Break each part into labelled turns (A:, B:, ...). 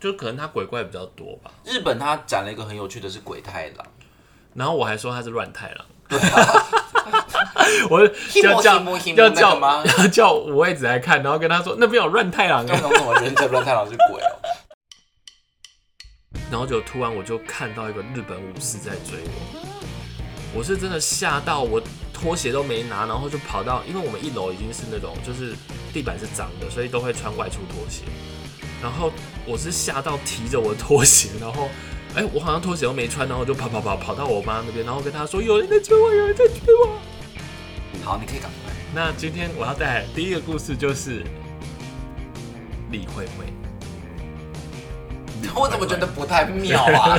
A: 就可能他鬼怪比较多吧。
B: 日本它展了一个很有趣的是鬼太郎，
A: 然后我还说他是乱太郎。我要
B: Himo
A: 叫
B: Himo Himo
A: 要
B: 那
A: 叫
B: 个吗
A: 要叫五位子来看，然后跟他说那边有乱太郎
B: 那
A: 啊，
B: 种什么忍者乱太郎是鬼哦。
A: 然后就突然我就看到一个日本武士在追我，我是真的吓到我拖鞋都没拿，然后就跑到，因为我们一楼已经是那种就是地板是脏的，所以都会穿外出拖鞋，然后我是吓到提着我的拖鞋，然后。哎、我好像拖鞋都没穿，然后我就跑跑跑跑到我妈那边，然后跟她说有人在追我，有人在追我。
B: 好，你可以赶快。
A: 那今天我要带来第一个故事就是李慧慧。
B: 我怎么觉得不太妙啊？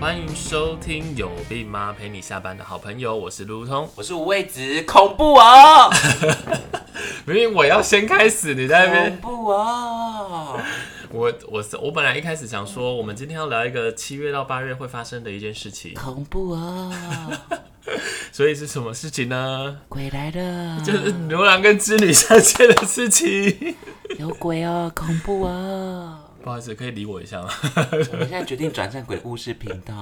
A: 欢迎收听《有病吗？陪你下班的好朋友》，我是卢通。
B: 我是五味子，恐怖哦，
A: 明明我要先开始，你在那
B: 恐
A: 边。
B: 怖哦。
A: 我我是我本来一开始想说，我们今天要聊一个七月到八月会发生的一件事情，
B: 恐怖啊！
A: 所以是什么事情呢？
B: 鬼来了，
A: 就是牛郎跟织女相见的事 情。
B: 有鬼哦，恐怖啊！
A: 不好意思，可以理我一下吗？
B: 我们现在决定转战鬼故事频道，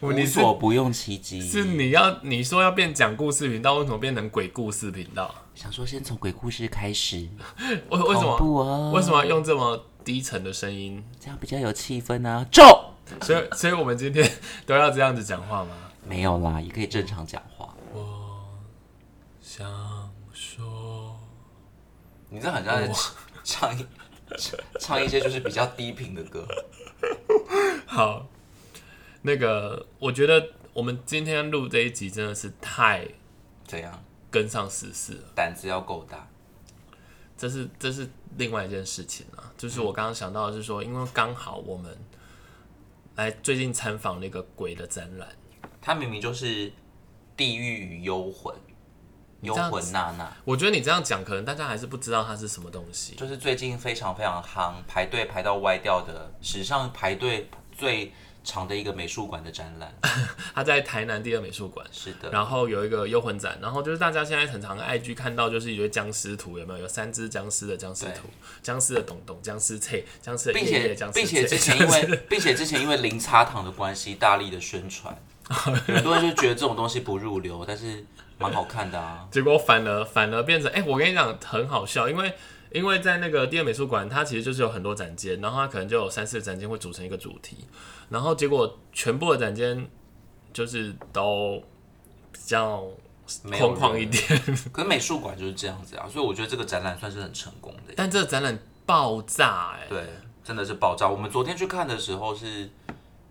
A: 我
B: 无
A: 你是
B: 所不用其极。
A: 是你要你说要变讲故事频道，为什么变成鬼故事频道？
B: 想说先从鬼故事开始，
A: 为为什
B: 恐怖
A: 么
B: 哦！
A: 为什么要用这么低沉的声音？
B: 这样比较有气氛啊？咒
A: 所以所以我们今天 都要这样子讲话吗？
B: 没有啦，也可以正常讲话。
A: 想说，
B: 你这很像
A: 哦
B: 在唱一 唱一些就是比较低频的歌。
A: 好，那个，我觉得我们今天录这一集真的是太
B: 怎样？
A: 跟上时事了，
B: 胆子要够大。
A: 这是这是另外一件事情啊。就是我刚刚想到的是说，因为刚好我们来最近参访那个鬼的展览，
B: 他明明就是地狱与幽魂，幽
A: 这样
B: 魂娜娜，
A: 我觉得你这样讲，可能大家还是不知道它是什么东西。
B: 就是最近非常非常夯，排队排到歪掉的，史上排队最长的一个美术馆的展览。
A: 它在台南第二美术馆。
B: 是的，
A: 然后有一个幽魂展，然后就是大家现在很常 IG 看到，就是一堆僵尸图，有没有？有三只僵尸的僵尸图，僵尸的董董，僵尸菜，僵尸的
B: 并
A: 爷
B: 且
A: 爷， 僵尸
B: 并且
A: 菜
B: 之前因为 并且之前因为零差堂的关系，大力的 宣传，很多人就觉得这种东西不入流，但是蛮好看的啊。
A: 结果反而反而变成，哎、我跟你讲很好笑，因为因为在那个第二美术馆，它其实就是有很多展间，然后它可能就有三四个展间会组成一个主题，然后结果全部的展间就是都比较
B: 没有
A: 空旷
B: 人
A: 一点，
B: 可是美术馆就是这样子啊，所以我觉得这个展览算是很成功的。
A: 但这个展览爆炸、哎，
B: 对，真的是爆炸。我们昨天去看的时候是，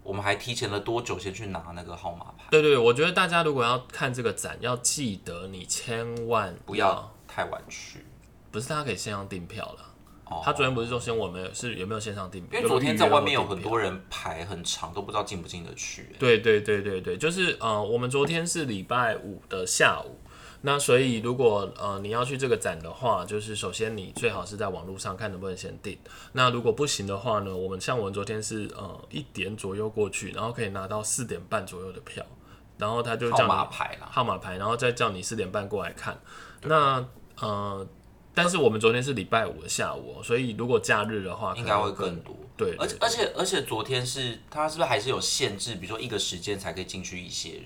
B: 我们还提前了多久先去拿那个号码牌？
A: 对对，我觉得大家如果要看这个展，要记得你千万
B: 不要太晚去，
A: 不是大家可以线上订票了。
B: 哦
A: 他昨天不是说先我们是有没有线上订票？
B: 因为昨天在外面有
A: 没预约或
B: 很
A: 订票。
B: 多人排很长，都不知道进不进得去。
A: 对对对对对，就是呃，我们昨天是礼拜五的下午，那所以如果呃你要去这个展的话，就是首先你最好是在网络上看能不能先订。那如果不行的话呢，我们像我们昨天是呃一点左右过去，然后可以拿到四点半左右的票，然后他就
B: 号
A: 叫
B: 码
A: 你
B: 牌啦，
A: 号码牌，然后再叫你四点半过来看。那呃，但是我们昨天是礼拜五的下午哦、所以如果假日的话，
B: 应该会
A: 可能
B: 更多。
A: 嗯对对
B: 而且而且而且昨天是他是不是还是有限制，比如说一个时间才可以进去一些人，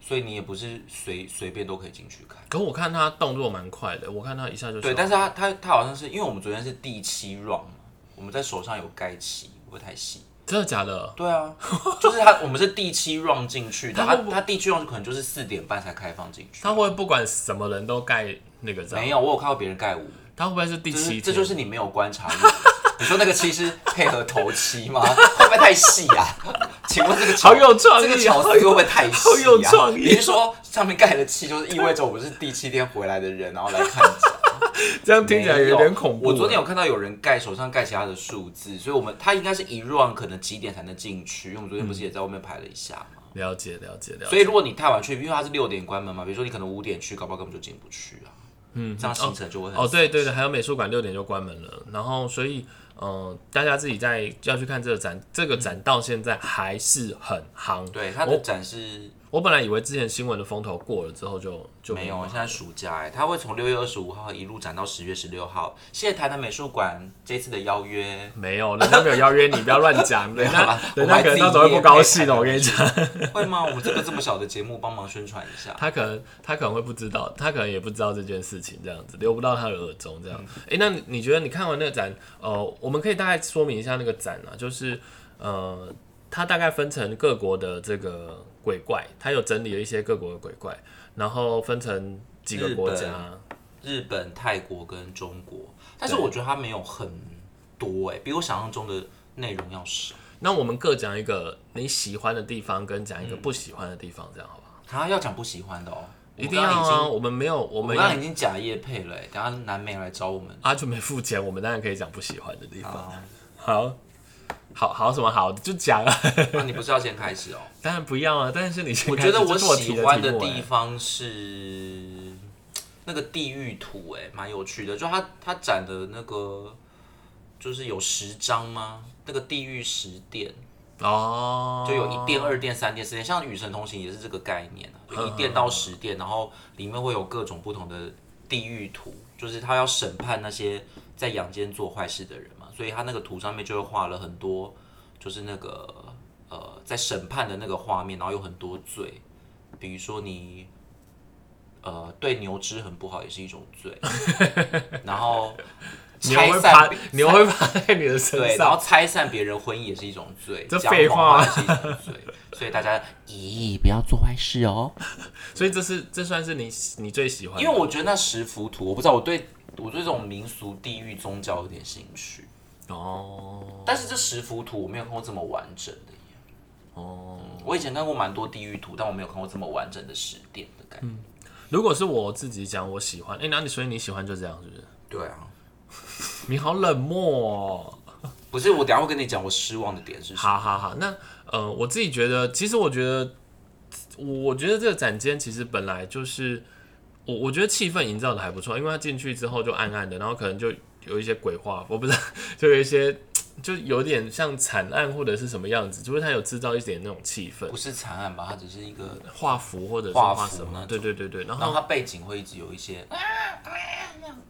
B: 所以你也不是随随便都可以进去看。
A: 可我看他动作蛮快的，我看他一下就
B: 对，
A: 消
B: 但是他他他好像是因为我们昨天是第七 round，嘛我们在手上有盖七，会不会太细。
A: 真的假的？
B: 对啊， 就是他，我们是第七 round 进去的，
A: 他
B: 他
A: 会不
B: 他第七 round 可能就是四点半才开放进去。
A: 他会不管什么人都盖那个章，
B: 没有，我有看到别人盖五，
A: 他会不会是第
B: 就
A: 七
B: 是
A: 天？
B: 这就是你没有观察力。 你说那个七是配合头七吗？会不会太细啊？请问这个巧
A: 好有创意啊
B: 这个巧思会不会太细、啊？
A: 好有创意
B: 你是说上面盖了七，就是意味着我们是第七天回来的人，然后来看展？
A: 这样听起来有点恐怖。啊
B: 我昨天有看到有人盖手上盖其他的数字，所以我们他应该是一 round 可能几点才能进去？因为我们昨天不是也在外面排了一下吗？
A: 了解了解了解，
B: 所以如果你太晚去，因为它是六点关门嘛，比如说你可能五点去，搞不好根本就进不去啊。嗯，这样行程就会很
A: 哦，对对对，还有美术馆六点就关门了，然后所以嗯、呃大家自己在要去看这个展，这个展到现在还是很夯。
B: 嗯对，它的展示
A: 我本来以为之前新闻的风头过了之后就就
B: 没有，
A: 了
B: 现在暑假哎，他会从六月二十五号一路展到十月十六号。谢谢台南美术馆这次的邀约。
A: 没有，人家没有邀约你，不要乱 讲，人
B: 好
A: 家
B: 吧
A: 人家可能到时候会不高兴哦的，我跟你讲，
B: 会吗？我们这个这么小的节目，帮忙宣传一下。
A: 他可能他可能会不知道，他可能也不知道这件事情，这样子流不到他的耳中，这样。
B: 嗯
A: 诶，那你你觉得你看完那个展，呃，我们可以大概说明一下那个展啊，就是呃，它大概分成各国的这个鬼怪，它有整理了一些各国的鬼怪，然后分成几个国
B: 日
A: 家，
B: 日本、泰国跟中国，但是我觉得它没有很多哎、比我想象中的内容要少。
A: 那我们各讲一个你喜欢的地方，跟讲一
B: 嗯
A: 个不喜欢的地方，这样好不好？
B: 他啊要讲不喜欢的哦，
A: 一定要
B: 我们刚刚已
A: 啊！
B: 经
A: 我们没有，我
B: 我
A: 们
B: 们刚刚已经假夜配了、欸，等下南美来找我 们。
A: 阿就没付钱，我们当然可以讲不喜欢的地方。
B: 啊，
A: 好，好好什么好，就讲啊！
B: 那你不是要先开始哦？
A: 当然不要啊！但是你先
B: 我
A: 开始
B: 觉得
A: 这是我提
B: 喜欢
A: 的
B: 的
A: 题目
B: 地
A: 欸
B: 方是那个地狱图、哎，蛮有趣的。就它它展的那个，就是有十张吗？那个地狱十殿，
A: 哦，
B: 就有一殿、二殿、三殿、四殿，像《与神同行》也是这个概念啊，就一殿到十殿，然后里面会有各种不同的地狱图，就是他要审判那些在阳间做坏事的人嘛，所以他那个图上面就会画了很多，就是那个呃在审判的那个画面，然后有很多罪，比如说你。呃，对牛只很不好也是一种罪，然后
A: 牛
B: 拆
A: 会
B: 散
A: 趴，牛会趴在你的身
B: 对，然
A: 上。
B: 后拆散别人婚姻也是一种罪，
A: 这
B: 讲
A: 废
B: 谎
A: 话
B: 也是一种罪，所以大家咦不要做坏事哦。
A: 所以这是这算是你你最喜欢的，
B: 因为我觉得那十幅图，我不知道我对我对这种民俗、地域、宗教有点兴趣，
A: 哦
B: 但是这十幅图我没有看过这么完整的耶。嗯
A: 哦。
B: 我以前看过蛮多地狱图，但我没有看过这么完整的十点的感觉。
A: 如果是我自己讲，我喜欢，哎、那你所以你喜欢就这样是不是？
B: 对啊，
A: 你好冷漠、哦。
B: 不是我等一下会跟你讲我失望的点是什么。
A: 好好好，那呃，我自己觉得，其实我觉得，我我觉得这个展间其实本来就是，我我觉得气氛营造的还不错，因为他进去之后就暗暗的，然后可能就有一些鬼话，我不知道， 就有一些就有点像惨案或者是什么样子，就是他有制造一点那种气氛，
B: 不是惨案吧？它只是一个，
A: 画符或者是
B: 画
A: 画
B: 符
A: 什
B: 那
A: 么，
B: 种
A: 对对对对，然
B: 然后
A: 后
B: 它背景会一直有一些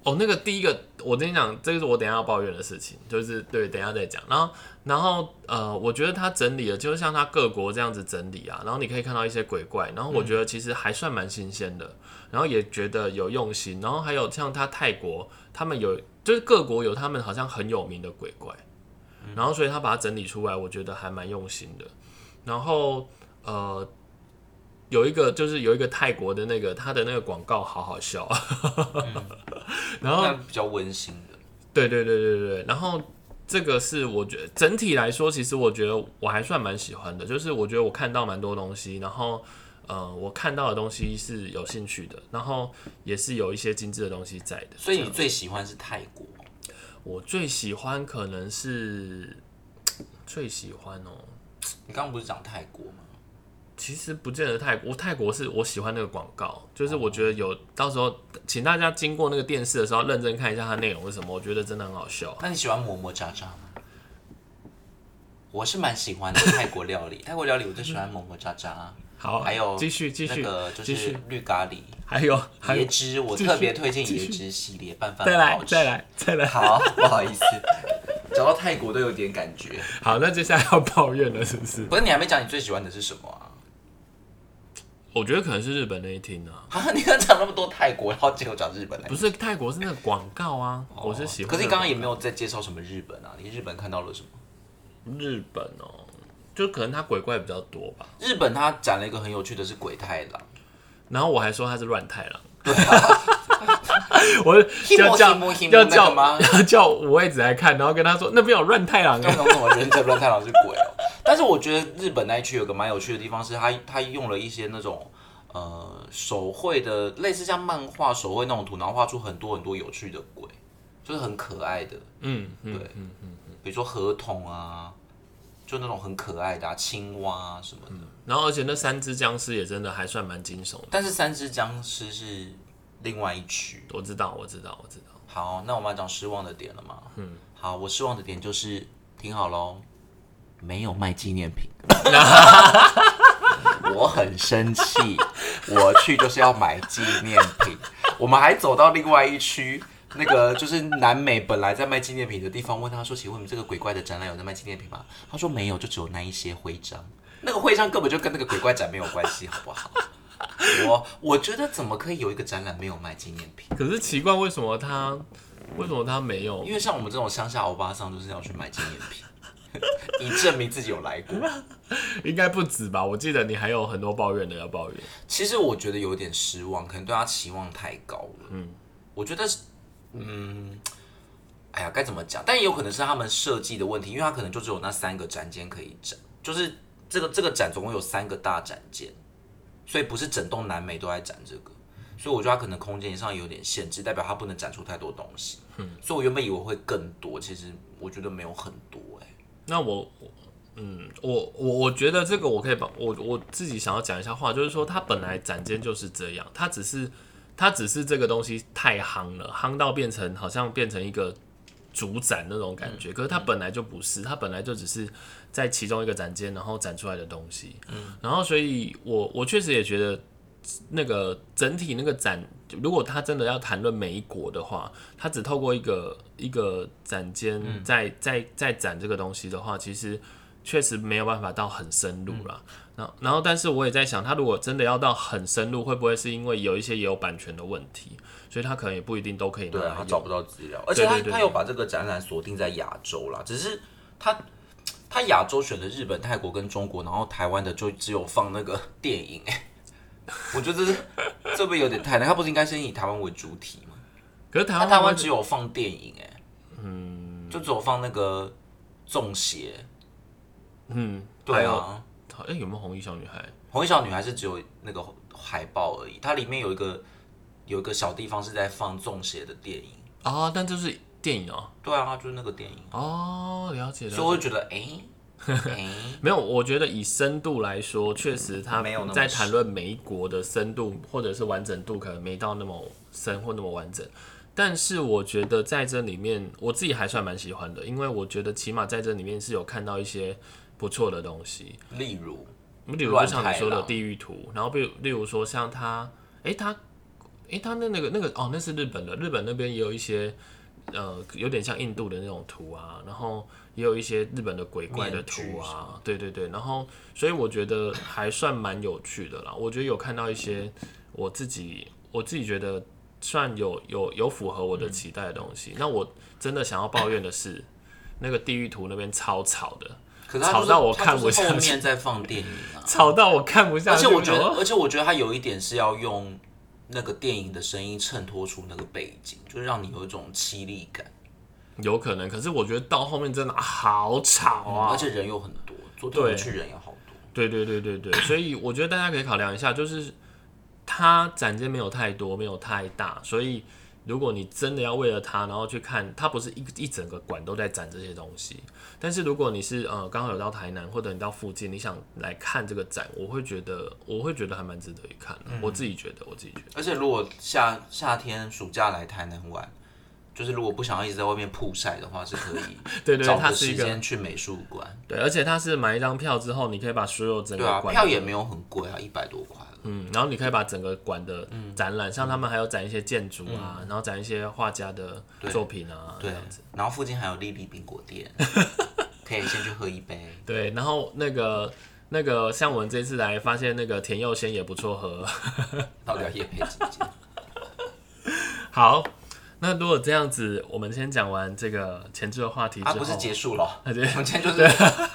A: 哦，那个第一个，我跟你讲，这个是我等一下要抱怨的事情，就是对，等一下再讲。然后，然后呃，我觉得他整理的，就像他各国这样子整理啊，然后你可以看到一些鬼怪，然后我觉得其实还算蛮新鲜的，然后也觉得有用心，然后还有像他泰国，他们有就是各国有他们好像很有名的鬼怪，然后所以他把它整理出来，我觉得还蛮用心的。然后呃，有一个就是有一个泰国的那个他的那个广告好好笑，啊然后
B: 那比较温馨的。
A: 对对对对对对，然后这个是我觉得整体来说，其实我觉得我还算蛮喜欢的，就是我觉得我看到蛮多东西，然后呃，我看到的东西是有兴趣的，然后也是有一些精致的东西在的。
B: 所以你最喜欢是泰国？
A: 我最喜欢可能是最喜欢哦，
B: 你刚刚不是讲泰国吗？
A: 其实不见得泰国，泰国是我喜欢那个广告，就是我觉得有到时候请大家经过那个电视的时候，认真看一下它内容是什么，我觉得真的很好笑。
B: 那你喜欢么么喳喳吗？我是蛮喜欢的泰国料理， 泰国料理我最喜欢么么喳喳，
A: 好，
B: 啊还有
A: 哦继续继续
B: 那个就
A: 继
B: 是
A: 续，
B: 绿咖喱、
A: 还有还有
B: 椰汁，我特别推荐椰汁系列，拌饭
A: 再
B: 很
A: 来
B: 好，吃
A: 再。来，再来。
B: 好， 不好意思，讲到泰国都有点感觉。
A: 好，那接下来要抱怨了，是不是？
B: 不是你还没讲你最喜欢的是什么啊？
A: 我觉得可能是日本那一厅啊，
B: 啊，你刚讲那么多泰国，然后结果讲日本来
A: 不。是泰国是那个广告啊，
B: 哦
A: 我是喜欢。
B: 可是你刚刚也没有在介绍什么日本啊？你日本看到了什么？
A: 日本哦，就可能它鬼怪比较多吧。
B: 日本它展了一个很有趣的是鬼太郎，
A: 然后我还说它是乱太 郎。我要
B: Himo
A: 叫
B: Himo Himo
A: 要
B: 那
A: 叫
B: 个吗
A: 要 叫五位子来看，然后跟他说那边有乱太郎
B: 刚刚什么忍者乱太郎是鬼哦。但是我觉得日本那一区有个蛮有趣的地方是它，它用了一些那种呃手绘的，类似像漫画手绘那种图，然后画出很多很多有趣的鬼，就是很可爱的，
A: 嗯嗯
B: 对比如说河童啊，就那种很可爱的、啊、青蛙啊什么的。
A: 然后而且那三只僵尸也真的还算蛮惊悚的。
B: 但是三只僵尸是另外一区。
A: 我知道，我知道，我知道。
B: 好，那我们要讲失望的点了嘛？嗯，好，我失望的点就是听好喽，没有卖纪念品。我很生气，我去就是要买纪念品。我们还走到另外一区，那个就是南美本来在卖纪念品的地方，问他说：“请问你们这个鬼怪的展览有在卖纪念品吗？”他说：“没有，就只有那一些徽章。那个徽章根本就跟那个鬼怪展没有关系，好不好？”我我觉得怎么可以有一个展览没有卖纪念品？
A: 可是奇怪，为什么他为什么他没有
B: 因？为像我们这种乡下欧巴桑，就是要去买纪念 品，以证明自己有来过。
A: 应该不止吧？我记得你还有很多抱怨的要抱怨。
B: 其实我觉得有点失望，可能对他期望太高了。嗯，我觉得是，嗯，哎呀，该怎么讲？但也有可能是他们设计的问题，因为他可能就只有那三个展间可以展，就是这个这个展总共有三个大展间，所以不是整栋南美都在展这个。所以我觉得它可能空间上有点限制，代表它不能展出太多东西。嗯，所以我原本以为会更多，其实我觉得没有很多、哎，
A: 那我，我嗯，我我我觉得这个我可以把我我自己想要讲一下话，就是说它本来展间就是这样，它只是它只是这个东西太夯了，夯到变成好像变成一个主展那种感觉，
B: 嗯
A: 可是它本来就不是，它本来就只是在其中一个展间，然后展出来的东西。嗯，然后所以我我确实也觉得那个整体那个展，如果他真的要谈论美国的话，他只透过一个一个展间
B: 嗯
A: 在、在在展这个东西的话，其实确实没有办法到很深入啦。
B: 嗯
A: 然后然后，但是我也在想，他如果真的要到很深入，会不会是因为有一些也有版权的问题，所以他可能也不一定都可以拿
B: 对
A: 来
B: 啊
A: 用。，
B: 他找不到资料，而且他
A: 对对对
B: 他有把这个展览锁定在亚洲啦，只是他他亚洲选的日本、泰国跟中国，然后台湾的就只有放那个 电影、欸，我觉得这是这会不会有点太难？他不是应该先以台湾为主体吗？
A: 可是台
B: 他
A: 湾
B: 台湾只有放电影、欸，嗯，就只有放那个中邪，嗯，对
A: 还
B: 啊
A: 有，好像有没有红衣小女孩？
B: 红衣小女孩是只有那个海报而已，它里面有一个有一个小地方是在放中邪的电影，
A: 哦，但就是电影哦。
B: 对啊，就是那个电影。
A: 哦，了解了
B: 所以我
A: 解。
B: 就觉得，哎、哎、
A: 没有，我觉得以深度来说，确实他
B: 没有那么
A: 在谈论美国的深度或者是完整度，可能没到那么深或那么完整。但是我觉得在这里面，我自己还算蛮喜欢的，因为我觉得起码在这里面是有看到一些不错的东西。
B: 例如，
A: 例如就像你说的地狱图，然后比如例如说像他，诶、他，诶、他的那个那个哦，那是日本的，日本那边也有一些，呃，有点像印度的那种图啊，然后也有一些日本的鬼怪的
B: 面
A: 图
B: 具什
A: 啊，对对对，然后所以我觉得还算蛮有趣的啦，我觉得有看到一些我自己我自己觉得算有有有符合我的期待的东西，
B: 嗯
A: 那我真的想要抱怨的是。那个地狱图那边超吵的，
B: 可是他、就
A: 吵
B: 是、
A: 到我
B: 它
A: 看
B: 就是
A: 不下去
B: 后面在放电影 啊，
A: 吵到我看不下
B: 而
A: 去。
B: 且我觉
A: 想
B: 得
A: 说，
B: 而且我觉得他有一点是要用那个电影的声音衬托出那个背景，就是让你有一种凄厉感，
A: 有可能，可是我觉得到后面真的好吵啊！
B: 嗯而且人又很多，昨天我去人也好多。
A: 对对对对 对，所以我觉得大家可以考量一下，就是它展间没有太多，没有太大，所以如果你真的要为了它，然后去看，它不是一一整个馆都在展这些东西。但是如果你是呃刚好有到台南，或者你到附近，你想来看这个展，我会觉得我会觉得还蛮值得一看
B: 嗯
A: 的、我自己觉得，我自己觉得。
B: 而且如果夏夏天暑假来台南玩，就是如果不想要一直在外面曝晒的话，是可以
A: 对对
B: 找
A: 它
B: 个
A: 是一
B: 时
A: 个
B: 间去美术馆。
A: 对，而且它是买一张票之后，你可以把所有整个
B: 对啊，
A: 馆
B: 票也没有很贵啊，一百多块而已。
A: 嗯，然后你可以把整个馆的
B: 嗯
A: 展览，像他们还有展一些建筑啊，然后展一些画家的作品啊，这
B: 对
A: 样子。，
B: 然后附近还有丽丽冰果店， 可以先去喝一杯。
A: 对，然后那个那个，像我们这次来发现那个田佑先也不错 喝。
B: 到底要夜配几 间？
A: 好，那如果这样子，我们先讲完这个前置的话题之
B: 啊，
A: 后，
B: 不是结束了，我
A: 对
B: 们今天就是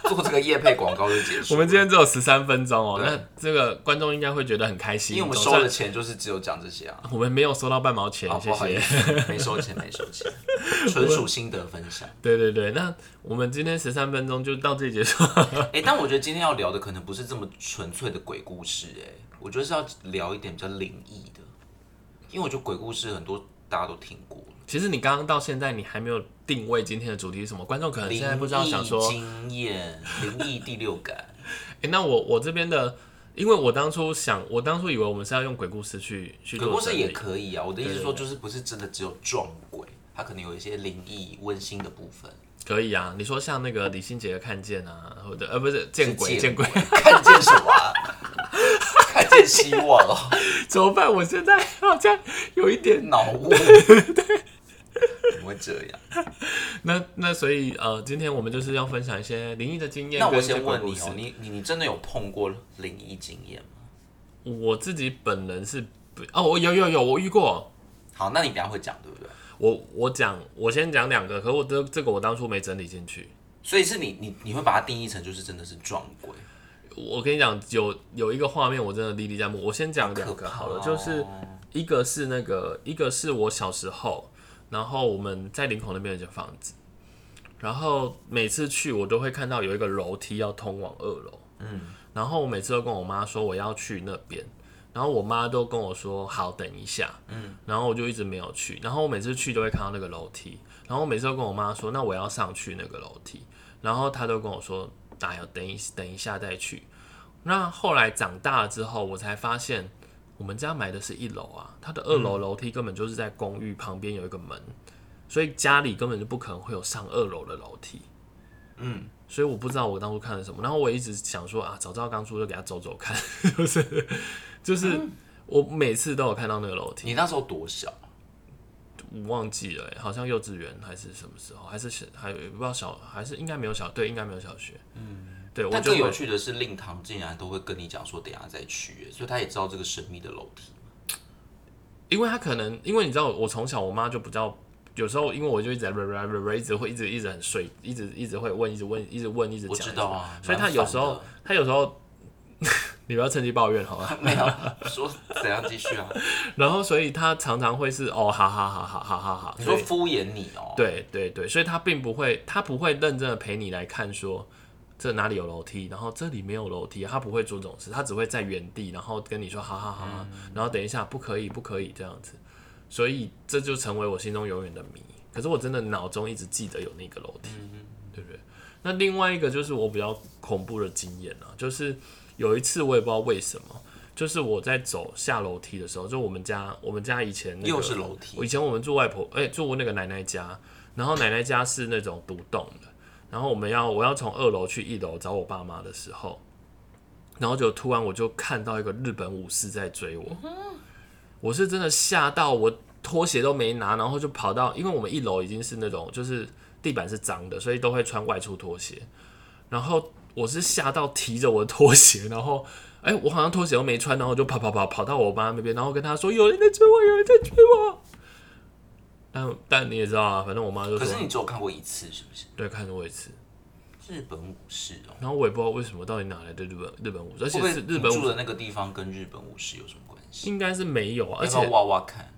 B: 做这个夜配广告就结束。
A: 我们今天只有十三分钟哦，
B: 对
A: 那这个观众应该会觉得很开心，
B: 因为我们
A: 总
B: 收
A: 算
B: 的钱就是只有讲这些啊，
A: 我们没有收到半毛钱，
B: 啊，
A: 谢
B: 不好意
A: 谢。
B: 思， 没收钱，没收钱，纯属心得分享。
A: 对对对，那我们今天十三分钟就到这里结束。
B: 哎，但我觉得今天要聊的可能不是这么纯粹的鬼故事，哎，我觉得是要聊一点比较灵异的，因为我觉得鬼故事很多大家都听过，
A: 其实你刚刚到现在，你还没有定位今天的主题是什么，观众可能
B: 灵
A: 现在不知道
B: 异
A: 想说，
B: 经验、灵异第六感，
A: 诶，那我我这边的，因为我当初想，我当初以为我们是要用鬼故事去去
B: 鬼
A: 做
B: 故事
A: 整
B: 也
A: 理，
B: 可以啊，我的意思
A: 对
B: 是说，就是不是真的只有撞鬼，它可能有一些灵异、温馨的部分。
A: 可以啊。你说像那个李心洁的《看见》啊，或者呃不是见鬼
B: 是
A: 见鬼，
B: 看见什么啊、 见希望哦，
A: 怎么办？我现在好像有一点
B: 脑雾。怎么会这样？
A: 那那所以呃，今天我们就是要分享一些灵异的经验。
B: 那我先问你哦，，你你你真的有碰过灵异经验吗？
A: 我自己本人是不哦，我有有有，我遇过。
B: 好，那你等一下会讲对不对？
A: 我我讲，我先讲两个，可我这这个我当初没整理进去。
B: 所以是你你你会把它定义成就是真的是撞鬼，
A: 我跟你讲，有有一个画面我真的历历在目。我先讲两个好了，就是一个是那个，一个是我小时候，然后我们在林口那边有一间房子，然后每次去我都会看到有一个楼梯要通往二楼，
B: 嗯，
A: 然后我每次都跟我妈说我要去那边，然后我妈都跟我说好等一下，嗯，然后我就一直没有去，然后我每次去都会看到那个楼梯，然后我每次都跟我妈说那我要上去那个楼梯，然后她都跟我说哎呀等一等一下再去，那后来长大了之后我才发现。我们家买的是一楼啊，它的二楼楼梯根本就是在公寓旁边有一个门，所以家里根本就不可能会有上二楼的楼梯。
B: 嗯，
A: 所以我不知道我当初看了什么，然后我一直想说啊，早知道当初就给他走走看，就是就是我每次都有看到那个楼梯，
B: 你那时候多小？
A: 我忘记了、欸好像幼稚园还是什么时候，还是小还不知道小还是应该没有小对，应该没有小学，嗯，对，我
B: 但
A: 就
B: 更有
A: 会
B: 趣的是，令堂竟然都会跟你讲说等一下再去耶，所以他也知道这个神秘的楼梯。
A: 因为他可能因为你知道我从小我妈就比较。有时候，因为我就一直在 re- re- re- re- 一直会一直一直很睡，一直一直会问，一直问，一直问，一直
B: 我
A: 讲
B: 知。道啊，
A: 所以他
B: 蛮
A: 有时候
B: 烦，
A: 他有时候， 你不要趁机抱怨好吗？
B: 的 没有说怎样继续啊？
A: 然后，所以他常常会是哦，好好好好好好好，
B: 你说
A: 所以
B: 敷衍你哦、
A: 对对对，所以他并不会，他不会认真的陪你来看说这哪里有楼梯，然后这里没有楼梯，他不会做这种事，他只会在原地，然后跟你说好好好好，然后等一下不可以不可以这样子，所以这就成为我心中永远的谜。可是我真的脑中一直记得有那个楼梯，对不对？那另外一个就是我比较恐怖的经验啊，就是有一次我也不知道为什么，就是我在走下楼梯的时候，就我们家我们家以前、那个、
B: 又是楼梯
A: 我以前我们住外婆哎、住那个奶奶家，然后奶奶家是那种独栋的，然后我们要我要从二楼去一楼找我爸妈的时候，然后就突然我就看到一个日本武士在追我，我是真的吓到我拖鞋都没拿，然后就跑到，因为我们一楼已经是那种就是地板是脏的，所以都会穿外出拖鞋。然后呃我是吓到提着我的拖鞋，然后哎、我好像拖鞋都没穿，然后就跑跑跑跑到我妈那边，然后跟她说有人在追我，有人在追我。但但你也知道啊，反正我妈就
B: 可
A: 说
B: 是你只有看过一次，是不是？
A: 对看着我一次，
B: 日本武士哦、
A: 然后我也不知道为什么到底哪来的日本日本武士，而且
B: 会不会
A: 是
B: 你
A: 日本
B: 住
A: 武
B: 的
A: 士
B: 那个地方跟日本武士有什么关系？
A: 应该是没有啊，而
B: 要不要
A: 且
B: 挖挖 看？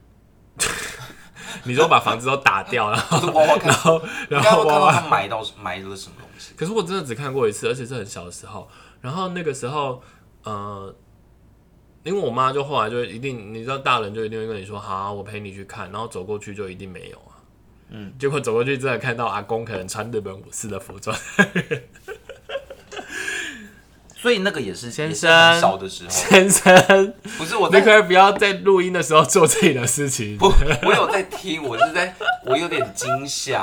A: 你说把房子都打掉，然后
B: 挖挖看，
A: 然后
B: 应
A: 然
B: 该
A: 后
B: 会
A: 哇
B: 看到
A: 哇
B: 他埋到埋了什么东西。
A: 可是我真的只看过一次，而且是很小的时候。然后那个时候，呃，因为我妈就后来就一定，你知道，大人就一定会跟你说：“好啊、我陪你去看。”然后走过去就一定没有啊。嗯，结果走过去真的看到阿公可能穿日本武士的服装，
B: 所以那个也是
A: 先
B: 也是很
A: 生
B: 小的时候，
A: 先生，
B: 不是我
A: 你
B: 在
A: 可以不要在录音的时候做自己的事情。
B: 不，我有在听，我是在，我有点 惊吓，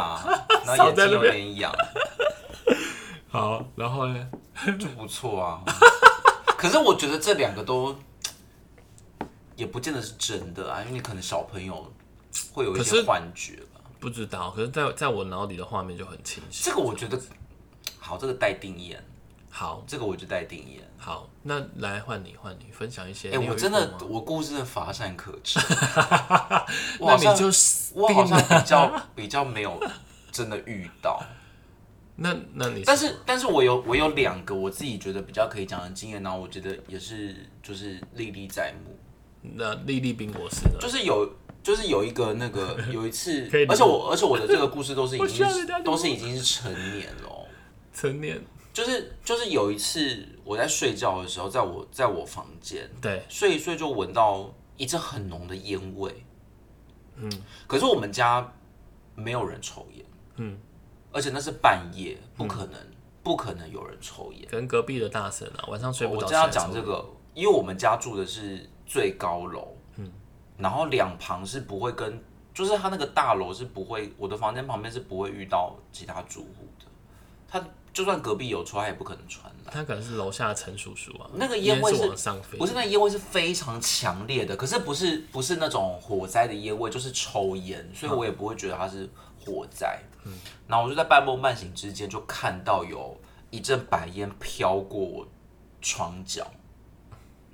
B: 然后眼睛有点痒，
A: 好，然后呢？
B: 就不错啊。 可是我觉得这两个都也不见得是真的啊，因为你可能小朋友会有一
A: 可
B: 些
A: 是
B: 幻觉吧。
A: 不知道，可是在在我脑里的画面就很清晰。
B: 这个我觉得好，这个带定眼，
A: 好
B: 这个我就带定眼。
A: 好，那来换你换你分享一些。
B: 哎、
A: 哎你有
B: 我
A: 遇
B: 真
A: 过
B: 的
A: 吗，
B: 我故事真的乏善可 陈。
A: 那
B: 我好
A: 你
B: 像
A: 就
B: 我好
A: 定
B: 像
A: 了。
B: 比较比较没有真的遇到。
A: 那那你
B: 但是，但是我有我有两个我自己觉得比较可以讲的经验，然后我觉得也是就是历历在目，
A: 那莉莉冰博士呢？
B: 就是有就是有一个 那个有一次
A: 可以，
B: 而且我而且我的这个故事都是已
A: 需
B: 经
A: 要人 家理我
B: 都是已经是成年了哦，
A: 成年，
B: 就是就是有一次我在睡觉的时候，在我在我房间
A: 对，
B: 睡一睡就闻到一阵很浓的烟味，嗯，可是我们家没有人抽烟，
A: 嗯，
B: 而且那是半夜，不可能、不可能有人抽烟。
A: 跟隔壁的大神啊，晚上睡不
B: 我
A: 着。
B: 正要讲这，个，因为我们家住的是最高楼，然后两旁是不会跟，就是他那个大楼是不会，我的房间旁边是不会遇到其他住户的，他就算隔壁有穿，他也不可能穿啊啦。
A: 他可能是楼下的陈叔叔啊，
B: 那个
A: 烟
B: 烟味
A: 是
B: 是
A: 往上飞，
B: 不是那烟味是非常强烈的，可是不是不是那种火灾的烟味，就是抽烟，所以我也不会觉得它是火灾。嗯，然后我就在半梦半醒之间就看到有一阵白烟飘过我床角，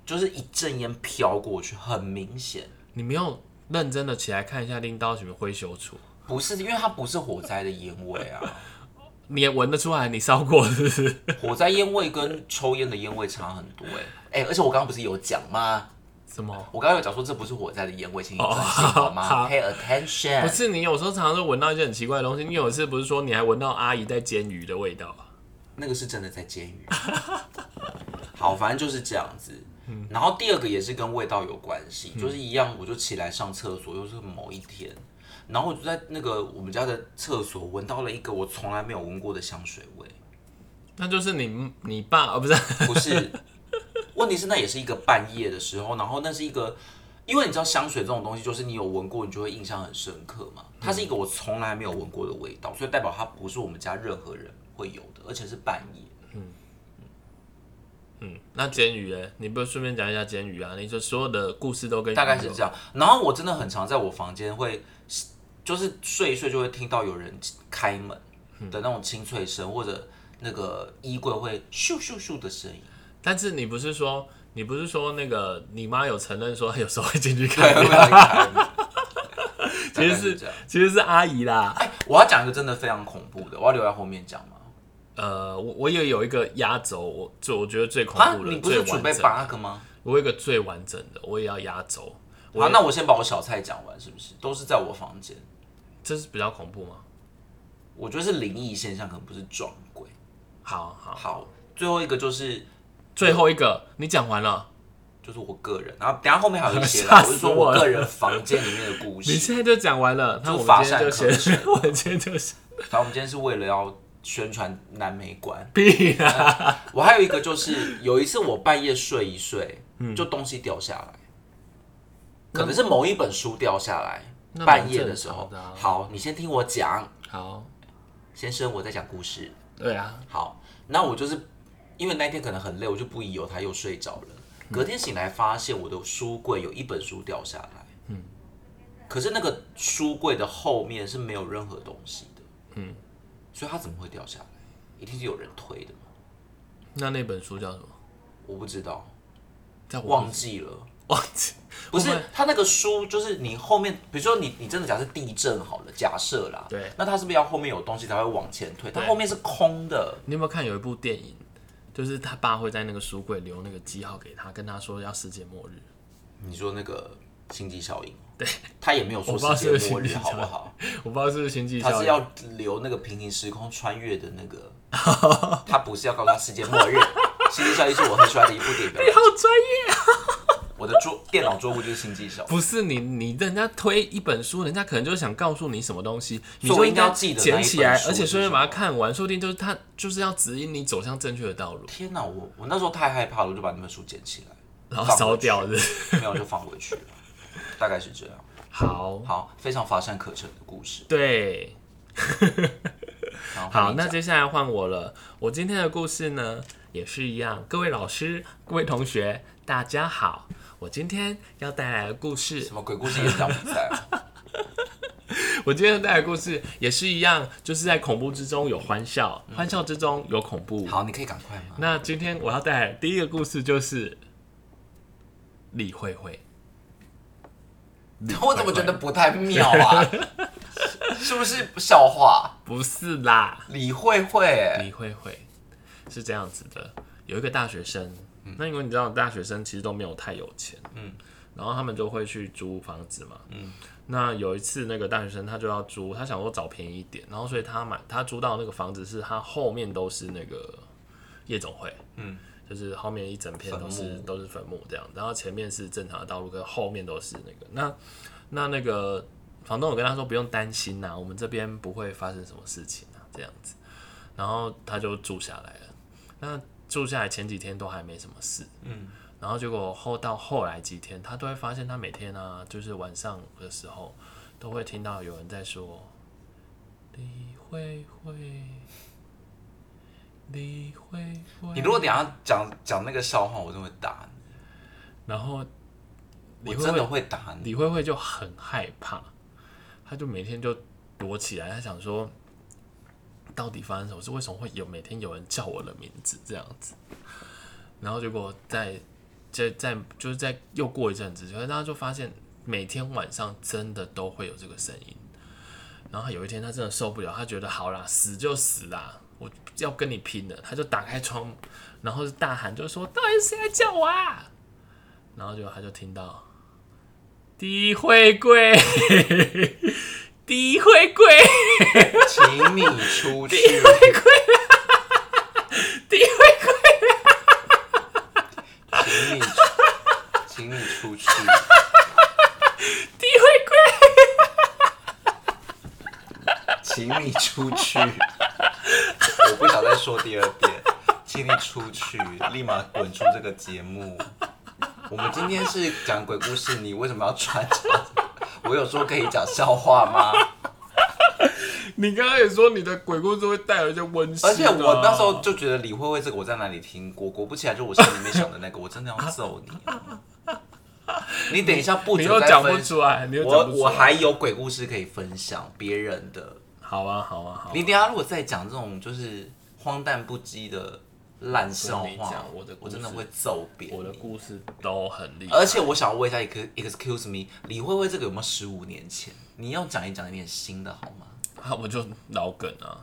B: 就是一阵烟飘过去，很明显。
A: 你没有认真的起来看一下拎刀什么灰熊处，
B: 不是，因为它不是火灾的烟味啊，
A: 你也闻得出来你烧过是不是？
B: 火灾烟味跟抽烟的烟味差很多哎、哎、而且我刚刚不是有讲吗？
A: 什么？
B: 我刚刚有讲说这不是火灾的烟味，请你专心好
A: 好
B: 吗？Pay attention。
A: 不是你有时候常常就闻到一些很奇怪的东西，你有一次不是说你还闻到阿姨在煎鱼的味道啊？
B: 那个是真的在监狱。 好，反正就是这样子。然后第二个也是跟味道有关系，就是一样，我就起来上厕所，又是某一天，然后我就在那个我们家的厕所闻到了一个我从来没有闻过的香水味，
A: 那就是你你爸哦，不是
B: 不是，问题是那也是一个半夜的时候，然后那是一个，因为你知道香水这种东西，就是你有闻过，你就会印象很深刻嘛。它是一个我从来没有闻过的味道，所以代表它不是我们家任何人会有的，而且是半夜。
A: 嗯，那煎鱼哎，你不是顺便讲一下煎鱼啊？你就所有的故事都跟
B: 大概是
A: 样。
B: 这样。然后我真的很常在我房间会，就是睡一睡就会听到有人开门的那种清脆声，或者那个衣柜会咻咻咻的声音。
A: 但是你不是说你不是说那个你妈有承认说她有时候会 进去
B: 对，
A: 看
B: 会
A: 吗，
B: 开 门。
A: 其实
B: 啊大概
A: 是
B: 这样。
A: 其实是阿姨啦。
B: 哎，我要讲一个真的非常恐怖的，我要留在后面讲吗？
A: 呃，我我也有一个压轴，我最我觉得最恐
B: 啊，
A: 怖的，
B: 你不
A: 最
B: 是准
A: 完
B: 备
A: 整的。
B: 八个吗？
A: 我有一个最完整的，我也要压轴。
B: 好，那我先把我小菜讲完，是不是？都是在我房间，
A: 这是比较恐怖吗？
B: 我觉得是灵异现象，可能不是撞鬼。
A: 好好，
B: 好，最后一个就是
A: 最后一个你讲完了，
B: 就是我个人，然后等一下后面还有一些
A: 吓
B: 啦，
A: 死
B: 我是说
A: 我
B: 我
A: 了
B: 个人房间里面的故
A: 你
B: 事。
A: 现在就讲完了，那我们
B: 乏
A: 今天就
B: 善可
A: 先， 我们今天就是。
B: 反正我们今天是为了要宣传南美馆
A: 屁 啦。
B: 我还有一个就是，有一次我半夜睡一睡，
A: 嗯
B: 就东西掉下来，可能是某一本书掉下来。
A: 那蛮
B: 半夜的时
A: 正
B: 候
A: 常的啊，
B: 好，你先听我讲，
A: 好，
B: 先生，我在讲故事。
A: 对啊，
B: 好，那我就是因为那天可能很累，我就不疑有他，又睡着了。隔天醒来，发现我的书柜有一本书掉下来，嗯，可是那个书柜的后面是没有任何东西的，
A: 嗯
B: 嗯，所以它怎么会掉下来？一定是有人推的嘛？
A: 那那本书叫什么？
B: 我不知道，
A: 在我
B: 忘记了。
A: 忘记，
B: 不是
A: 会会，
B: 它那个书就是你后面，比如说你你真的假设地震好了，假设啦，
A: 对，
B: 那它是不是要后面有东西才会往前推？它
A: 对
B: 后面是空的，
A: 你有没有看有一部电影，就是他爸会在那个书柜留那个记号给他，跟他说要世界末日。
B: 你说那个星际效应，对，他也没有说世界末日好不好？
A: 我不知道是不是星际
B: 他
A: 效
B: 是
A: 应，
B: 要留那个平行时空穿越的那个，他不是要告诉他世界末日。星际效应是我很喜欢的一部电影表演，
A: 好专业。
B: 我的桌电脑桌布就是星际效应。
A: 不是你，你人家推一本书，人家可能就想告诉你什么东西，你就
B: 所以我
A: 应
B: 应该
A: 该
B: 要记得那一
A: 捡
B: 本
A: 起来，
B: 书
A: 而且
B: 是
A: 顺便
B: 什
A: 把它
B: 么
A: 看完，说不定就是他就是要指引你走向正确的道路，
B: 天哪，我我那时候太害怕了，我就把那本书捡起
A: 然后烧掉的。
B: 来，没有就放回去了，大概是这样。
A: 好，
B: 好，非常乏善可陈的故事。
A: 对，
B: 然后换
A: 好，
B: 你
A: 那
B: 讲
A: 接下来换我了。我今天的故事呢，也是一样。各位老师、各位同学，大家好。我今天要带来的故事
B: 什么鬼故事演讲比赛啊？
A: 我今天带来的故事也是一样，就是在恐怖之中有欢笑，欢笑之中有恐怖。
B: 好，你可以赶快吗？
A: 那今天我要带来的第一个故事就是李慧慧。
B: 我怎么觉得不太妙啊？ 是不是笑话？
A: 不是啦？
B: 李慧慧、欸，
A: 李慧慧是这样子的，有一个大学生，那因为你知道大学生其实都没有太有钱，嗯，然后他们就会去租房子嘛，嗯，那有一次那个大学生他就要租，他想说找便宜一点，然后所以他买他租到那个房子是他后面都是那个夜总会，
B: 嗯，
A: 就是后面一整片都是
B: 坟墓
A: 都是坟墓这样，然后前面是正常的道路，跟后面都是那个那那那个房东有跟他说不用担心呐、我们这边不会发生什么事情啊，这样子。然后他就住下来了。那住下来前几天都还没什么事，
B: 嗯，
A: 然后结果后到后来几天，他都会发现他每天啊，就是晚上的时候都会听到有人在说李慧慧，你会为
B: 你如果等一下讲讲那个笑话，我真的会打你，
A: 然后
B: 我
A: 李慧
B: 真的
A: 慧
B: 会打你。
A: 李慧慧就很害怕，她就每天就躲起来，她想说到底发生什么事，为什么会有每天有人叫我的名字这样子，然后结果在在在就是在又过一阵子，所以大家就发现每天晚上真的都会有这个声音。然后有一天他真的受不了，他觉得好啦，死就死啦，我要跟你拼了。他就打开窗，然后就大喊，就说到底是谁在叫我啊？然后就他就听到低会贵，低会贵，
B: 请你出去。
A: 低会贵。
B: 请你出，请你出去。
A: 低会贵，
B: 请你出去。我不想再说第二遍，请你出去，立马滚出这个节目。我们今天是讲鬼故事，你为什么要穿这样子？我有说可以讲笑话吗？
A: 你刚刚也说你的鬼故事会带有一些温啊馨、
B: 而且我那时候，就觉得李慧慧这个我在哪里听过，果不其然，就我心里面想的那个，我真的要揍你。啊 你等一下不
A: 你
B: 准
A: 又
B: 再
A: 讲不
B: 分
A: 出来，你又讲
B: 我
A: 不出来。
B: 我还有鬼故事可以分享别人的。
A: 好啊，好啊，好啊。
B: 你等一下如果再讲这种就是荒诞不羁的烂笑
A: 我跟你
B: 话
A: 讲，我的故
B: 我
A: 事
B: 真的会揍扁你
A: 我的故事都很厉害，
B: 而且我想问一下，excuse me，李慧慧这个有没有十五年前？你要讲一讲一点新的好吗？
A: 啊，我就老梗啊。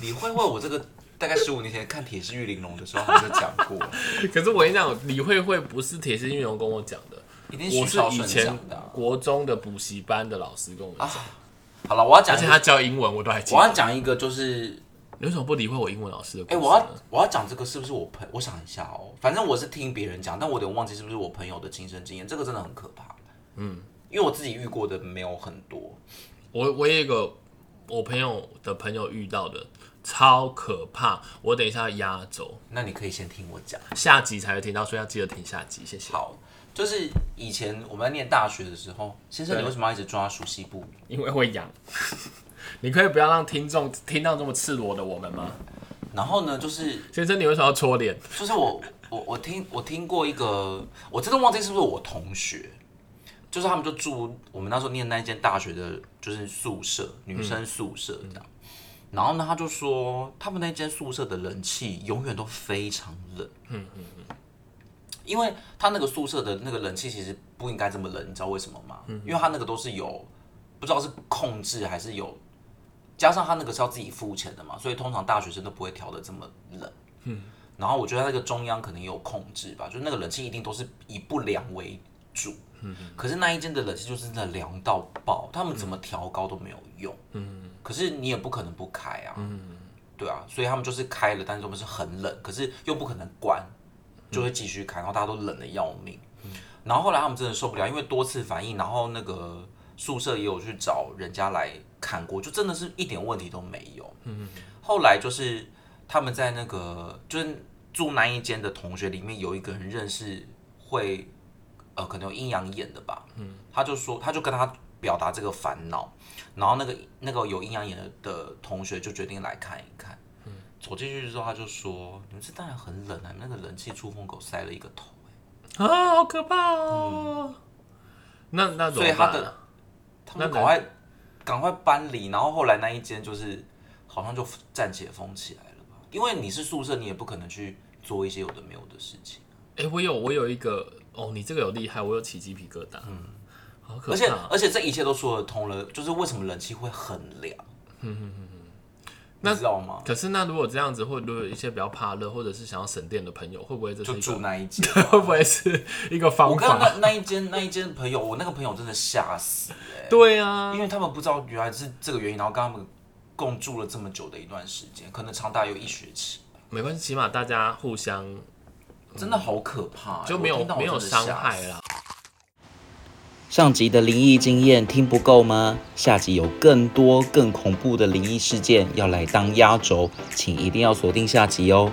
B: 李慧慧，我这个大概十五年前看《铁狮玉玲珑》的时候，好像就讲过，
A: 可是我跟你讲，李慧慧不是铁石运龙跟我讲的，
B: 一定
A: 我
B: 徐
A: 是
B: 少
A: 以
B: 顺
A: 前
B: 讲的啊、
A: 国中的补习班的老师跟我讲，
B: 好了，我要讲
A: 而
B: 一
A: 且
B: 个，
A: 他教英文，我都还记
B: 啊我要
A: 得。
B: 讲一个，就是
A: 你为什么不理会我英文老师的故
B: 哎、
A: 事呢？
B: 我要我要讲这个是不是我朋？我想一下哦，反正我是听别人讲，但我有点忘记是不是我朋友的亲身经验，这个真的很可怕。嗯，因为我自己遇过的没有很多，
A: 我我有一个我朋友的朋友遇到的超可怕，我等一下压轴，
B: 那你可以先听我讲。
A: 下集才会听到，所以要记得听下集，谢谢。
B: 好，就是以前我们在念大学的时候，先生，
A: 对
B: 你为什么要一直抓熟悉部？
A: 因为会痒， 你可以不要让听众听到这么赤裸的我们吗？
B: 然后呢，就是
A: 先生，你为什么要搓脸？
B: 就是我我我听我听过一个，我真的忘记是不是我同学，就是他们就住我们那时候念那间大学的，就是宿舍，女生宿舍这样。然后呢，他就说他们那间宿舍的冷气永远都非常冷，嗯嗯嗯，因为他那个宿舍的那个冷气其实不应该这么冷，你知道为什么吗？因为他那个都是有不知道是控制还是有。加上他那个是要自己付钱的嘛，所以通常大学生都不会调的这么冷。然后我觉得它那个中央可能也有控制吧，就是那个冷气一定都是以不良为主。可是那一间的冷气就是真的凉到爆，他们怎么调高都没有用。可是你也不可能不开啊。对啊，所以他们就是开了，但是他们是很冷，可是又不可能关，就会继续开，然后大家都冷的要命。然后后来他们真的受不了，因为多次反应，然后那个宿舍也有去找人家来看过，就真的是一点问题都没有。后来就是他们在那个就是住那一间的同学里面有一个人认识会呃可能有阴阳眼的吧，嗯，他就说他就跟他表达这个烦恼，然后那个那个有阴阳眼的的同学就决定来看一看，嗯，走进去之后他就说你们这当然很冷啊，你们那个冷气出风口塞了一个头、欸
A: 啊，好可怕哦！那那怎
B: 嗯所以
A: 么
B: 他
A: 办、
B: 的
A: 啊？
B: 他们
A: 那
B: 赶快赶快搬离，然后后来那一间就是好像就暂且封起来了吧，因为你是宿舍，你也不可能去做一些有的没有的事情，
A: 哎、我有我有一个哦，你这个有厉害，我有起鸡皮疙瘩，嗯，好可
B: 而且
A: 怕。
B: 而且这一切都说得通了，就是为什么冷气会很凉，
A: 嗯
B: 你知道吗？
A: 可是那如果这样子，或者如果有一些比较怕热，或者是想要省电的朋友，会不会这是
B: 就
A: 一
B: 住
A: 个？
B: 那一间。
A: 会不会是一个方
B: 我看
A: 法？
B: 那那一间那一间朋友，我那个朋友真的吓死哎、
A: 对啊
B: 因，为他们不知道原来是这个原因，然后跟他们共住了这么久的一段时间，可能长达有一学期，
A: 没关系，起码大家互相
B: 真的好可怕
A: 嗯
B: 欸、
A: 就没有
B: 我听到我
A: 没有
B: 真的吓
A: 伤害
B: 死
A: 啦。
C: 上集的灵异经验听不够吗？下集有更多更恐怖的灵异事件要来当压轴，请一定要锁定下集哦。